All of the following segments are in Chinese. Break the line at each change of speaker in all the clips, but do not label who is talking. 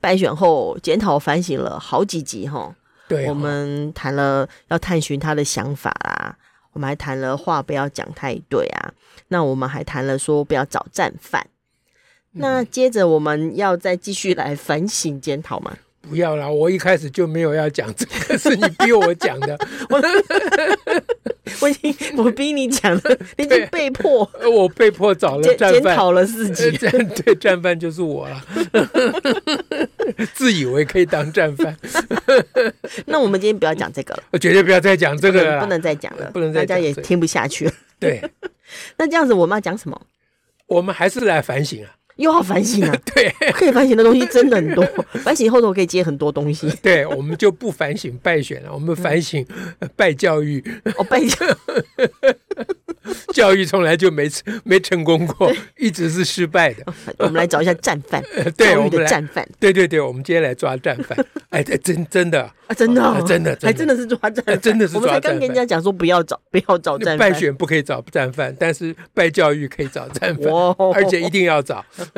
败选后检讨反省了好几集哈。
对哦
我们谈了要探寻他的想法啦，我们还谈了话不要讲太对啊，那我们还谈了说不要找战犯。
嗯
那接着我们要再继续来反省检讨 嘛？
不要啦，我一开始就没有要讲这个，是你逼我讲 的。
我已经我逼你讲了，你已经被迫
呃啊我被迫找了
检
战
检
犯，
讨了自
呃
己。
战对战犯就是我了， 自以为可以当战犯，
那我们今天不要讲这个了，
我绝对不要再讲这
不
个
能
了
不
啦。
能再讲了，
不能再
大家
讲
也
这个
听不下去了。
对，
那这样子我们要讲什么？
我们还是来反省啊。
又要反省啊！
对，
可以反省的东西真的很多，反省后头可以接很多东 西。
对，我们就不反省败选了，我们反省呃败教育，
哦，拜托，
教育从来就没成 没成功过，一直是失败的。呃
我们来找一下战犯，
对
教育
我们
哦的
来
战犯
对对对，我们今天来抓战 犯。哎，这真真的，
啊，真的哦、
啊真的真的
还真的是抓战
哎
犯，
真的是
我们才
抓
刚
战
跟人
犯。
家讲说不要找， 不要找战犯
败。选不可以找战犯，但是败教育可以找战犯，
哇
而且一定要找。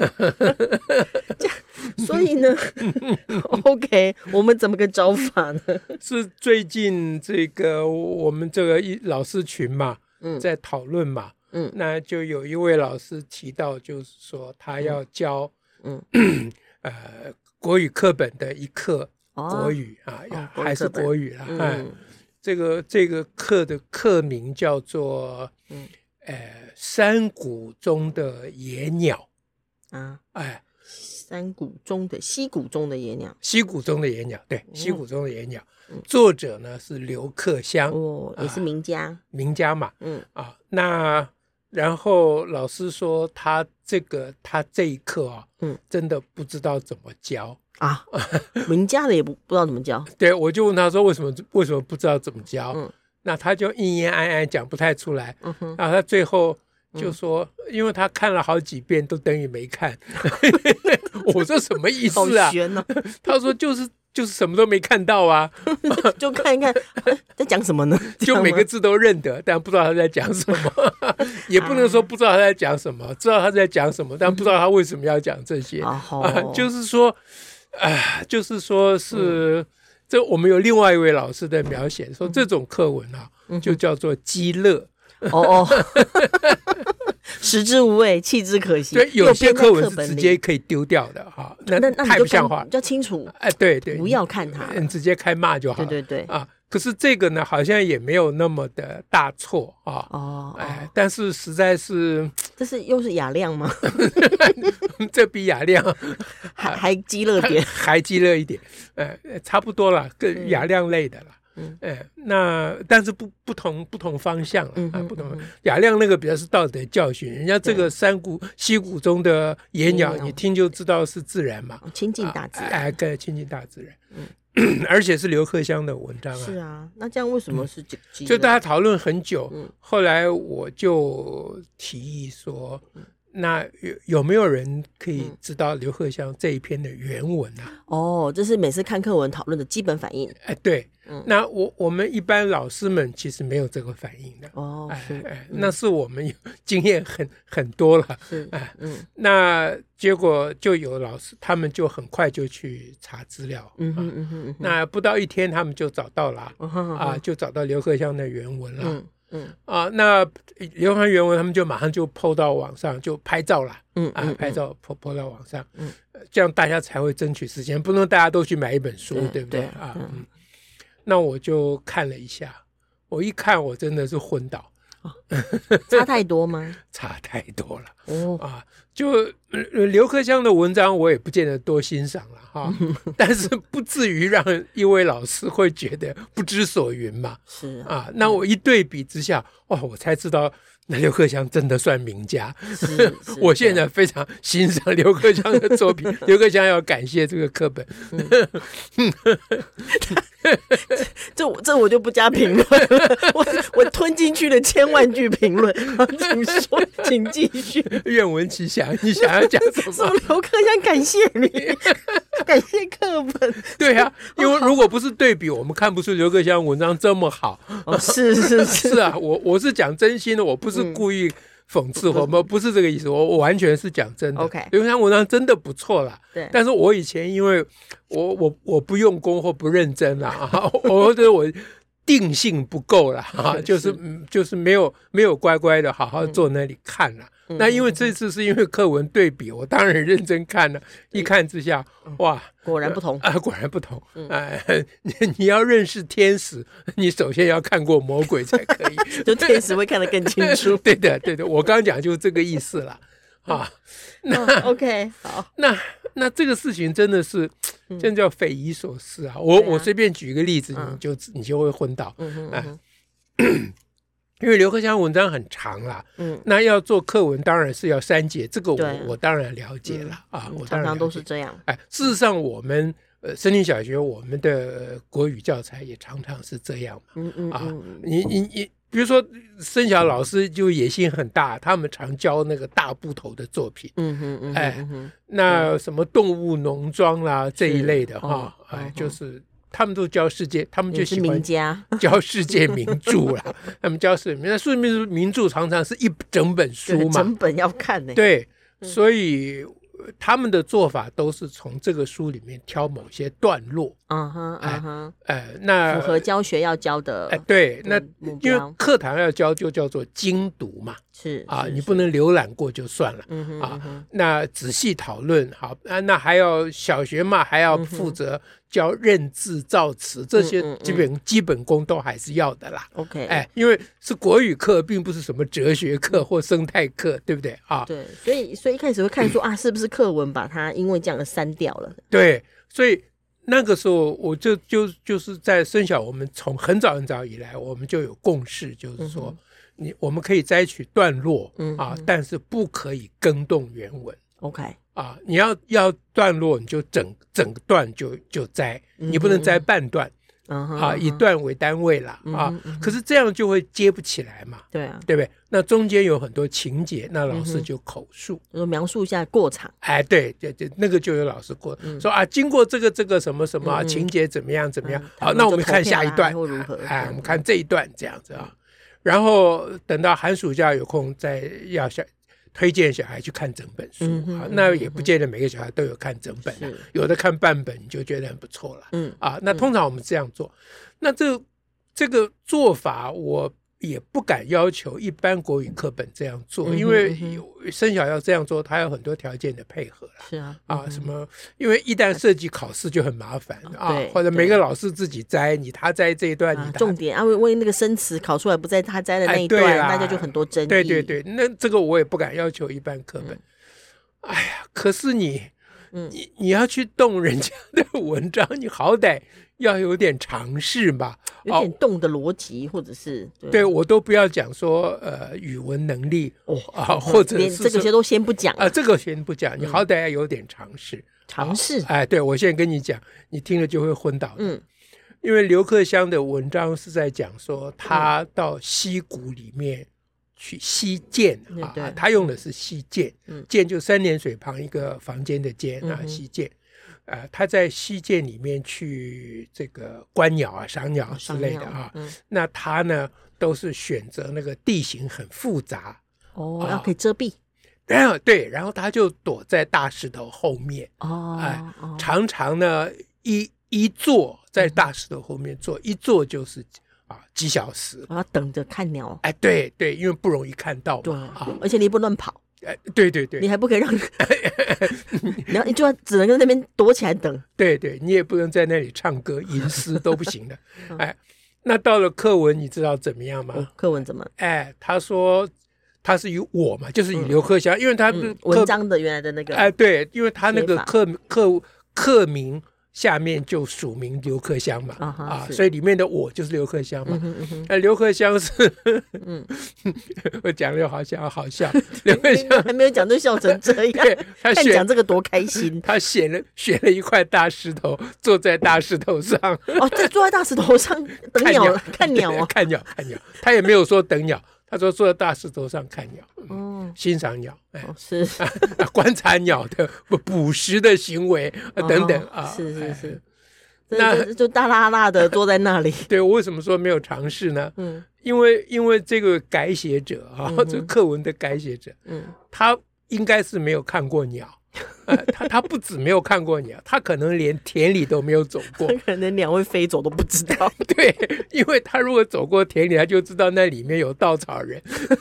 所以呢 ，OK，我们怎么个找法呢？
是最近这个我们这个一老师群嘛，在讨论嘛，
嗯
那就有一位老师提到，就是说他要教，
嗯
呃，国语课本的一课国
哦，
语啊，
哦国语
还是
课本
国语啦，哎
嗯，
这个这个课的课名叫做，
嗯
呃，山谷中的野鸟，
啊，
哎，
山谷中的溪谷中的野鸟，
溪谷中的野鸟，对，溪谷中的野鸟
嗯，
作者呢是刘克襄，
哦，也是名家，
名家嘛，
嗯
啊，那然后老师说他这个他这一课啊，
嗯，
真的不知道怎么教。
啊， 名家的也不不知道怎么叫，
对，我就问他说为什么为什么不知道怎么教？
嗯
那他就嘤嘤哎哎讲不太出来，
嗯哼，
然后他最后就说，因为他看了好几遍都等于没 看。我说什么意
好
思啊？
悬哦，
他说就是就是什么都没看到啊，
就看一看 哎在讲什么呢？这
就
样
每个
吗
字都认得，但不知道他在 讲什么，也不能说不知道他在讲什么，知道他在讲什么，但不知道他为什么要讲这些。
啊好
啊，就是说，啊，就是说
嗯
是、这，我们有另外一位老师的描写说，这种课文啊，
嗯
就叫做鸡乐。
哦哦，食之无味，弃之可惜。
对，有些
又编在
课文
本
是直
里
接可以丢掉的哈、那
那那你
太
就
不像话
看。比较清楚，
哎，对对，
不要看它
你，你直接开骂就好
对
了。
对对，
啊，可是这个呢，好像也没有那么的大错啊。
哦，
哎
哦，
但是实在是，
这是又是雅量吗？
这比雅亮
还还激乐 点
还激烈一点，呃，差不多了，跟雅亮类的了。
嗯
嗯，哎，那但是不不同不同方向了
嗯
啊
哼，
不同方雅亮那个比较是道德教训，人家这个山谷溪谷中的野鸟
野，鸟
你听就知道是自然嘛，
哦亲近大自
啊
然。嗯
哎，更亲近大自然， 而且是刘克襄的文章
是
啊，
啊，那这样为什么是这激乐？
就大家讨论很久
嗯，
后来我就提议说，
嗯
那有有没有人可以知道刘克襄这一篇的原文啊？
哦，这是每次看课文讨论的基本反应。
哎，对，
嗯
那我我们一般老师们其实没有这个反应的，
哦，
哎
是
哎，那是我们有经验很很多了。
是
哎，
嗯
那结果就有老师，他们就很快就去查资料，
嗯哼
啊
嗯哼嗯哼
那不到一天他们就找到了
嗯哼，
啊，就找到刘克襄的原文了
嗯嗯
啊。那刘克襄原文他们就马上就 PO 到网上，就拍照了。
嗯
啊
嗯，，
拍照泼泼到网上，
嗯
呃这样大家才会争取时间，不能大家都去买一本书
对，
对不对
对
啊？
嗯
嗯，那我就看了一下，我一看我真的是昏倒，
差太多吗？
差太多了
哦，
啊！就呃呃刘克襄的文章，我也不见得多欣赏了 哈，但是不至于让一位老师会觉得不知所云嘛
是啊，
啊！那我一对比之下，哇，我才知道那刘克襄真的算名家，
是
啊 我现在非常欣赏刘克襄的 作品。刘克襄要感谢这个课本，
这我这我就不加评论了，我我吞进去了千万句评论，好请说，请继续。
愿闻其详。你想要讲 什
说
么？
哦刘克襄感谢你， 感谢课本。
对呀、因为如果不是对比，我们看不出刘克襄文章这么好。
哦，是是 是，嗯
是啊，我我是讲真心的，我不是故意讽刺或不不是这个意思，我我完全是讲真的。
OK
刘克襄文章真的不错啦，
对，
但是我以前因为我我我不用功或不认真啦， 啊我或者我定性不够啦，啊，就是嗯就是没有没有乖乖
嗯
的好好坐那里看啦。那因为这次是因为课文对比，我当然认真看了，一看之下，哇！
嗯果然不同。 嗯
啊，果然不同。哎、 你你要认识天使，你首先要看过魔鬼才 可以。
就天使会看得更清楚。
对的，对的，我刚刚讲就是这个意思啦。啊，
嗯 OK，好，
那那这个事情真的是，真叫匪夷所思啊！我、
嗯对啊
我随便举一个例子，
嗯
你就你就会昏倒。
嗯哼
哎
嗯哼
因为刘克襄文章很长啦，
嗯，
那要做课文当然是要删节，这个我、
对啊嗯
我当然了解了、啊，我当
常
然
常都
了解
是这样。
哎，事实上我们呃森林小学我们的、呃国语教材也常常是这样嘛
嗯嗯
啊，
嗯，
你你你。比如说，森小老师就野心很大，他们常教那个大部头的作品，
嗯哼嗯哼
哎
嗯哼，
那什么动物农庄啦、这一类的
哦
哈，
哦
哎
哦，
就是他们都教世界，他们就
也是
喜欢
名家，
教世界名著啦，他们教世界名，那世界名著名著常常是一整本书
对
嘛
整，本嗯要看呢。
对，所以呃他们的做法都是从这个书里面挑某些段落，
嗯哼
哎
嗯哼，
呃，那
符合教学要教的
哎，对，那
嗯目
因
标
为课堂要教就叫做精读嘛，
是
啊，
是
你
是
不能浏览过就算了。
嗯哼
啊
嗯哼
那仔细讨论好啊，那还要小学嘛，还要负责教认字造词，这些
嗯嗯嗯
基本、基本功都还是要的啦。
，OK，
哎，因为是国语课，并不是什么哲学课或生态课，对不对啊？
嗯对，所以所以一开始会看 说啊，是不是课文把它因为这样而删掉了？
对，所以那个时候我就就就是在生小，我们从很早很早以来，我们就有共识，就是说，你我们可以摘取段落、
嗯
啊，但是不可以更动原文。
OK，
啊，你要要段落，你就整整段就就摘，你不能摘半段、
嗯哼
啊，
嗯
以
哼
段为单位啦、
嗯
啊
哼嗯哼。
可是这样就会接不起来嘛，
对啊，
对不对？那中间有很多情节，那老
嗯
师就口述。
就描述一下过场，
哎，对对对，那个就有老师过、
嗯
说啊，经过这个这个什么什么、啊情节怎么样怎么样，
嗯
好，
嗯
那
就
我们
投
看
票
下一
啦
段，
或如何
哎，
嗯
我们看这一段这样子啊，然后等到寒暑假有空再要小推荐小孩去看整本书、
嗯哼
啊
嗯，
那
哼
也不见得每个小孩都有看整本啊
是，
有的看半本你就觉得很不错了，
嗯
啊，那通常我们这样做，那这个这个做法我也不敢要求一般国语课本这样做，
嗯哼
因为
嗯哼
有生小要这样做，它有很多条件的配合啦。
是啊，
啊，什么？因为一旦涉及考试就很麻烦啊
对，
或者
对
每个老师自己摘，你他摘这一段，
啊
你他
重点啊，为为那个生词考出来不在他摘的那
哎
一
对
段，
啦
大家就很多争议。
对对，对，那这个我也不敢要求一般课本。哎呀，可是你，
嗯
你你要去动人家的文章，你好歹要有点尝试吧。
有点动的逻辑或者是
哦对我都不要讲说呃语文能力
哦
啊，或者
连这
是
个
说
些都先不讲嗯
啊，这个先不讲，你好歹要有点尝试。
尝试
哎，对我现在跟你讲，你听了就会昏倒。
嗯，
因为刘克襄的文章是在讲说他
嗯
到溪谷里面去西涧
嗯
啊
对
啊，他用的是西涧
嗯，
涧就三点水旁一个房间的间
嗯
啊，
哼
西涧。啊，他在西涧里面去这个观鸟啊、赏鸟之类的啊，
嗯，
那他呢都是选择那个地形很复杂，
哦，
啊
要可以遮蔽
然后对，然后他就躲在大石头后面，
哦，
哎
哦嗯
常常呢一一坐在大石头后面坐，一坐就是啊几小时。
我要等着看鸟，
哎，对对，因为不容易看到
对
嘛啊，，
而且你不能乱跑，
哎，对对
你
对
还不可以让， 你要你就要只能在那边躲起来等，
对对，你也不能在那里唱歌吟诗都不 行的。
嗯
哎，那到了课文，你知道怎么样
哦
吗？
课文怎么？
哎，他说他是以我嘛，就是以刘克襄，因为他的
嗯，
课哎
文章的原来的那个，
哎，对，因为他那
写
个
法
课课课名下面就署名刘克襄嘛，
啊哈
啊，
是
所以里面的我就是刘克襄嘛。
嗯哼嗯哼
那刘克襄是，
嗯
我讲的好像 好笑，刘克襄
还没有讲就笑成这样，
哎对他
看
选
讲这个多开 心
他选了选了一块大石头，坐在大石头上
哦！这坐在大石头上 等
看
鸟
鸟，
看鸟 啊，
看鸟看鸟，他也没有说等鸟，他说坐在大石头上看鸟，
哦，
欣赏鸟，哎，
哦是
啊观察鸟的捕捕食的行为啊等等
哦
啊，
是是
哎
是，
那
那就大拉拉 的坐在那里，
对我为什么说没有尝试呢？
嗯
因为因为这个改写者啊
嗯，哼
这课文的改写者，
嗯
他应该是没有看过鸟。呃，他他不止没有看过鸟，他可能连田里都没有走 过。
可能鸟会飞走都不知道，
对，因为他如果走过田里，他就知道那里面有稻草人。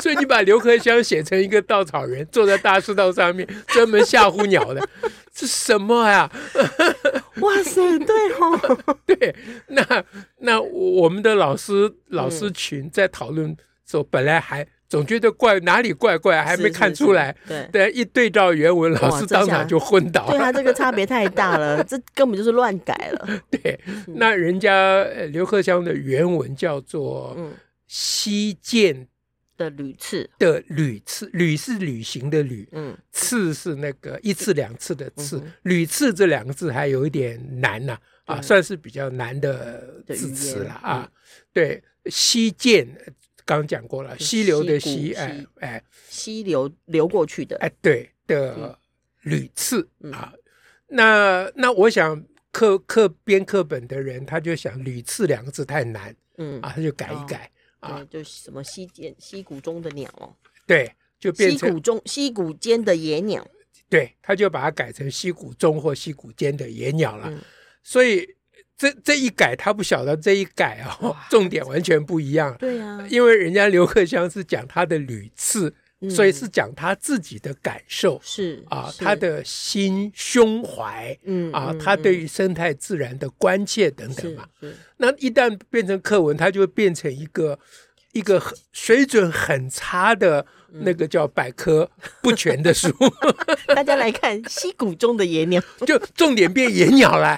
所以你把刘克襄写成一个稻草人，坐在大石头上面，专门吓唬鸟的，这什么啊呀、
哇塞，对哦，
对，那那我们的老师老师
嗯
群在讨论的时候，本来还总觉得怪哪里怪怪， 还没
是
看
是
出来。
是对。
对，一对照原文，老
哇
师
这
当
下
场就昏倒
对啊他
了。
这个差别太大了，这根本就是乱改了。
对，那人家呃刘克襄的原文叫做
嗯
“西涧
的屡次，
的旅次”，旅是旅行的旅，
嗯，
次是那个一次两次的次
嗯哼，
屡次这两个字还有一点难呐、啊，
对
算是比较难的
的
字
语
词
言嗯
了啊。对，西涧刚讲过了，
就
溪流的
溪谷
溪，哎
溪
哎
溪流流过去的，
哎，对
嗯
的屡次
嗯
啊。那那我想课课编课本的人，他就想“屡次”两个字太难
嗯，
啊，他就改
哦
一改啊
对，，就是什么溪涧溪谷中的鸟哦，
对，就变
溪
成
谷中溪谷间的野鸟，
对，他就把它改成溪谷中或溪谷间的野鸟了。
嗯
所以这这一改，他不晓得这一改哦
哇，
重点完全不一样。
对啊，
因为人家刘克襄是讲他的屡次，
嗯
所以是讲他自己的感受
是
啊，
是
他的心胸怀
嗯
啊
嗯，
他对
嗯
于生态自然的关切等等
是
嘛。
是
那一旦变成课文，它就会变成一个一个很水准很差的
嗯
那个叫百科不全的书。
大家来看溪谷中的野鸟，
就重点变野鸟 了，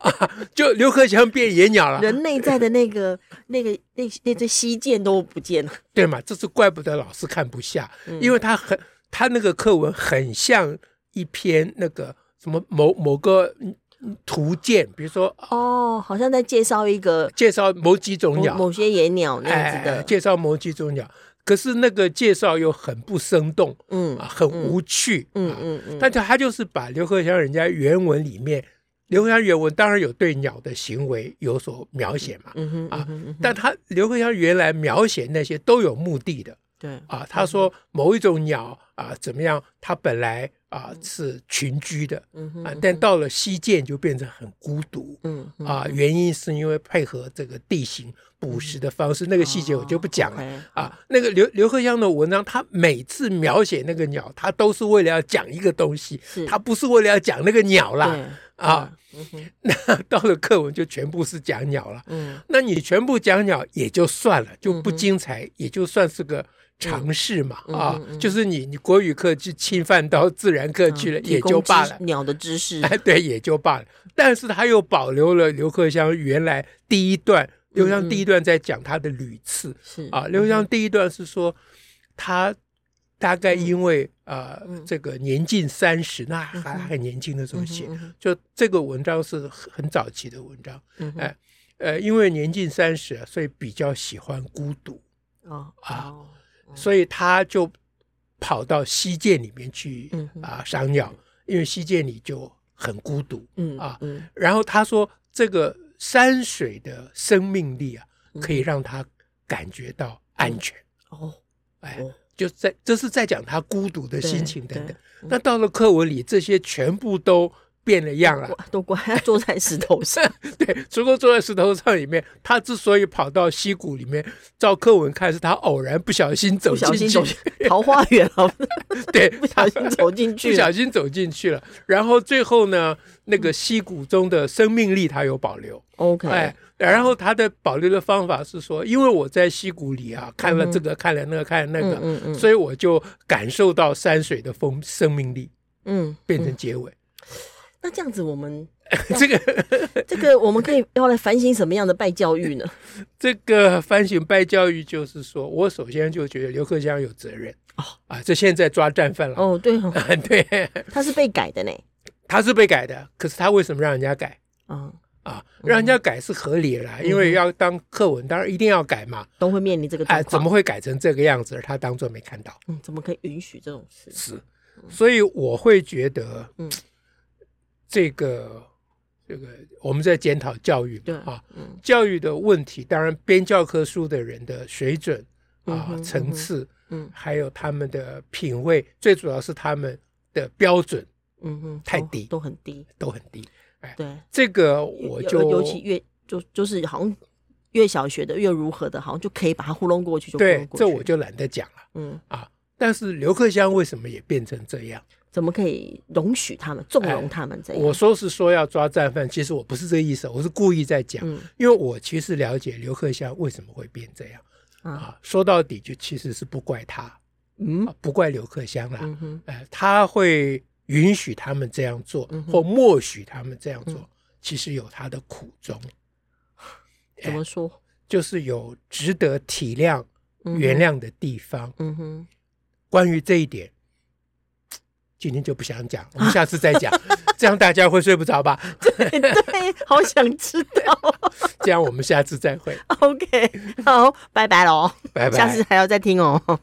啊、 就刘克强变野鸟了，
人内在的那个那个那那只溪涧都不见了，
对嘛？这是怪不得老师看不下，
嗯
因为他很他那个课文很像一篇那个什么某某个嗯嗯图鉴，比如说
哦，好像在介绍一个
介绍某几种
某
鸟，
某些野鸟那样子
哎，
的，
介绍某几种鸟，可是那个介绍又很不生动
嗯
啊，很无趣，
嗯
啊
嗯嗯，
但他他就是把刘克襄人家原文里面，刘克襄原文当然有对鸟的行为有所描写嘛，
嗯哼嗯哼
啊
嗯哼
但他刘克襄原来描写那些都有目的的
对，
啊，他说
嗯
某一种鸟啊怎么样，它本来啊是群居的
嗯哼
啊
嗯，
但到了西涧就变成很孤独
嗯嗯
啊，原因是因为配合这个地形捕食的方式，那个细
哦
节我就不讲了。
了
啊，那个刘刘克襄的文章，他每次描写那个鸟，他都是为了要讲一个东西
是，
他不是为了要讲那个鸟啦
对
啊。，
嗯哼
那到了课文就全部是讲鸟了，
嗯
那你全部讲鸟也就算了，就不
嗯哼
精彩，也就算是个尝试嘛、
嗯
啊
嗯嗯，
就是你你国语课去侵犯到自然课去了，
嗯
也
提供
就罢
知嗯
了，
鸟的知识，
哎，对，也就罢了。但是他又保留了刘克襄原来第一段，刘克
嗯
襄第一段在讲他的屡次、
是嗯
啊，刘克襄第一段是说他。大概因为、呃
嗯，
这个年近三十，那
嗯
还
哼
很年轻的时候
嗯哼
写，
嗯哼
就这个文章是很很早期的文章，
嗯哼
哎呃，因为年近三十，啊所以比较喜欢孤独，
哦
啊
哦
所以他就跑到西涧里面去
嗯哼
啊、赏鸟，因为西涧里就很孤独。
嗯
啊
嗯
然后他说，这个山水的生命力啊，
嗯
可以让他感觉到安全。
哦
哎
哦，
就在这是在讲他孤独的心情
对
等等
对嗯。
那到了课文里，这些全部都变了样啊了。
哇都怪他坐在石头上，
对，除了坐在石头上里面，他之所以跑到溪谷里面，照课文看是他偶然不小心 走
不小
进
心走
去，
桃花源 了，
对，
不小心走进
不
去了
小，心走进去了。然后最后呢，那
嗯
个溪谷中的生命力他有保留，
OK，
哎，然后他的保留的方法是说，因为我在溪谷里啊，看了这个，看了那个，看了那
嗯
个，
嗯嗯，
所以我就感受到山水的风生命力，
嗯
变成结尾。
那这样子，我们
这个
这个我们可以要来反省什么样的拜教育 呢？
这个反省拜教育，就是说我首先就觉得刘克襄有责任
哦
啊，这现在抓战犯了。
哦，对哦，
啊， 对，
它是被改的呢。
他是被改的，可是他为什么让人家改
啊，
啊？让人家改是合理
嗯
啦，因为要当课文，当然一定要改嘛。
都会面临这个
哎，
状
怎
况。
么会改成这个样子？他当做没看到，
嗯，怎么可以允许这种事？
是，所以我会觉得，
嗯
这个这个我们在检讨教育
对
嘛啊，
嗯
教育的问题，当然编教科书的人的水准
嗯
啊、
哼嗯
层
哼
次，
嗯
还有他们的品味，最主要是他们的标准
嗯哼，
太
都
低哎
都很低。
都很低。
对，
这个我
尤
就
呃尤其越就就是好像越小学的越如何的，好像就可以把它糊弄过去，就糊弄
对，
过去。
这我就懒得讲了
嗯，
啊。但是刘克襄为什么也变成这样？
怎么可以容许他们纵容
哎
他们这样？
我说是说要抓战犯，其实我不是这意思，我是故意在讲，
嗯
因为我其实了解刘克襄为什么会变这样
啊
啊。说到底，就其实是不怪他，
嗯
啊不怪刘克襄啦，
嗯哼
呃，他会允许他们这样做，
嗯哼嗯
或默许他们这样做，其实有他的苦衷，
怎
哎
么说？
就是有值得体谅、
嗯哼
原谅的地方。
嗯哼，
关于这一点，今天就不想讲，我们下次再 讲，这样大家会睡不着吧？
哎对，好想知道。
这样我们下次再会，
OK，好，拜拜喽，
拜拜。
下次还要再听哦。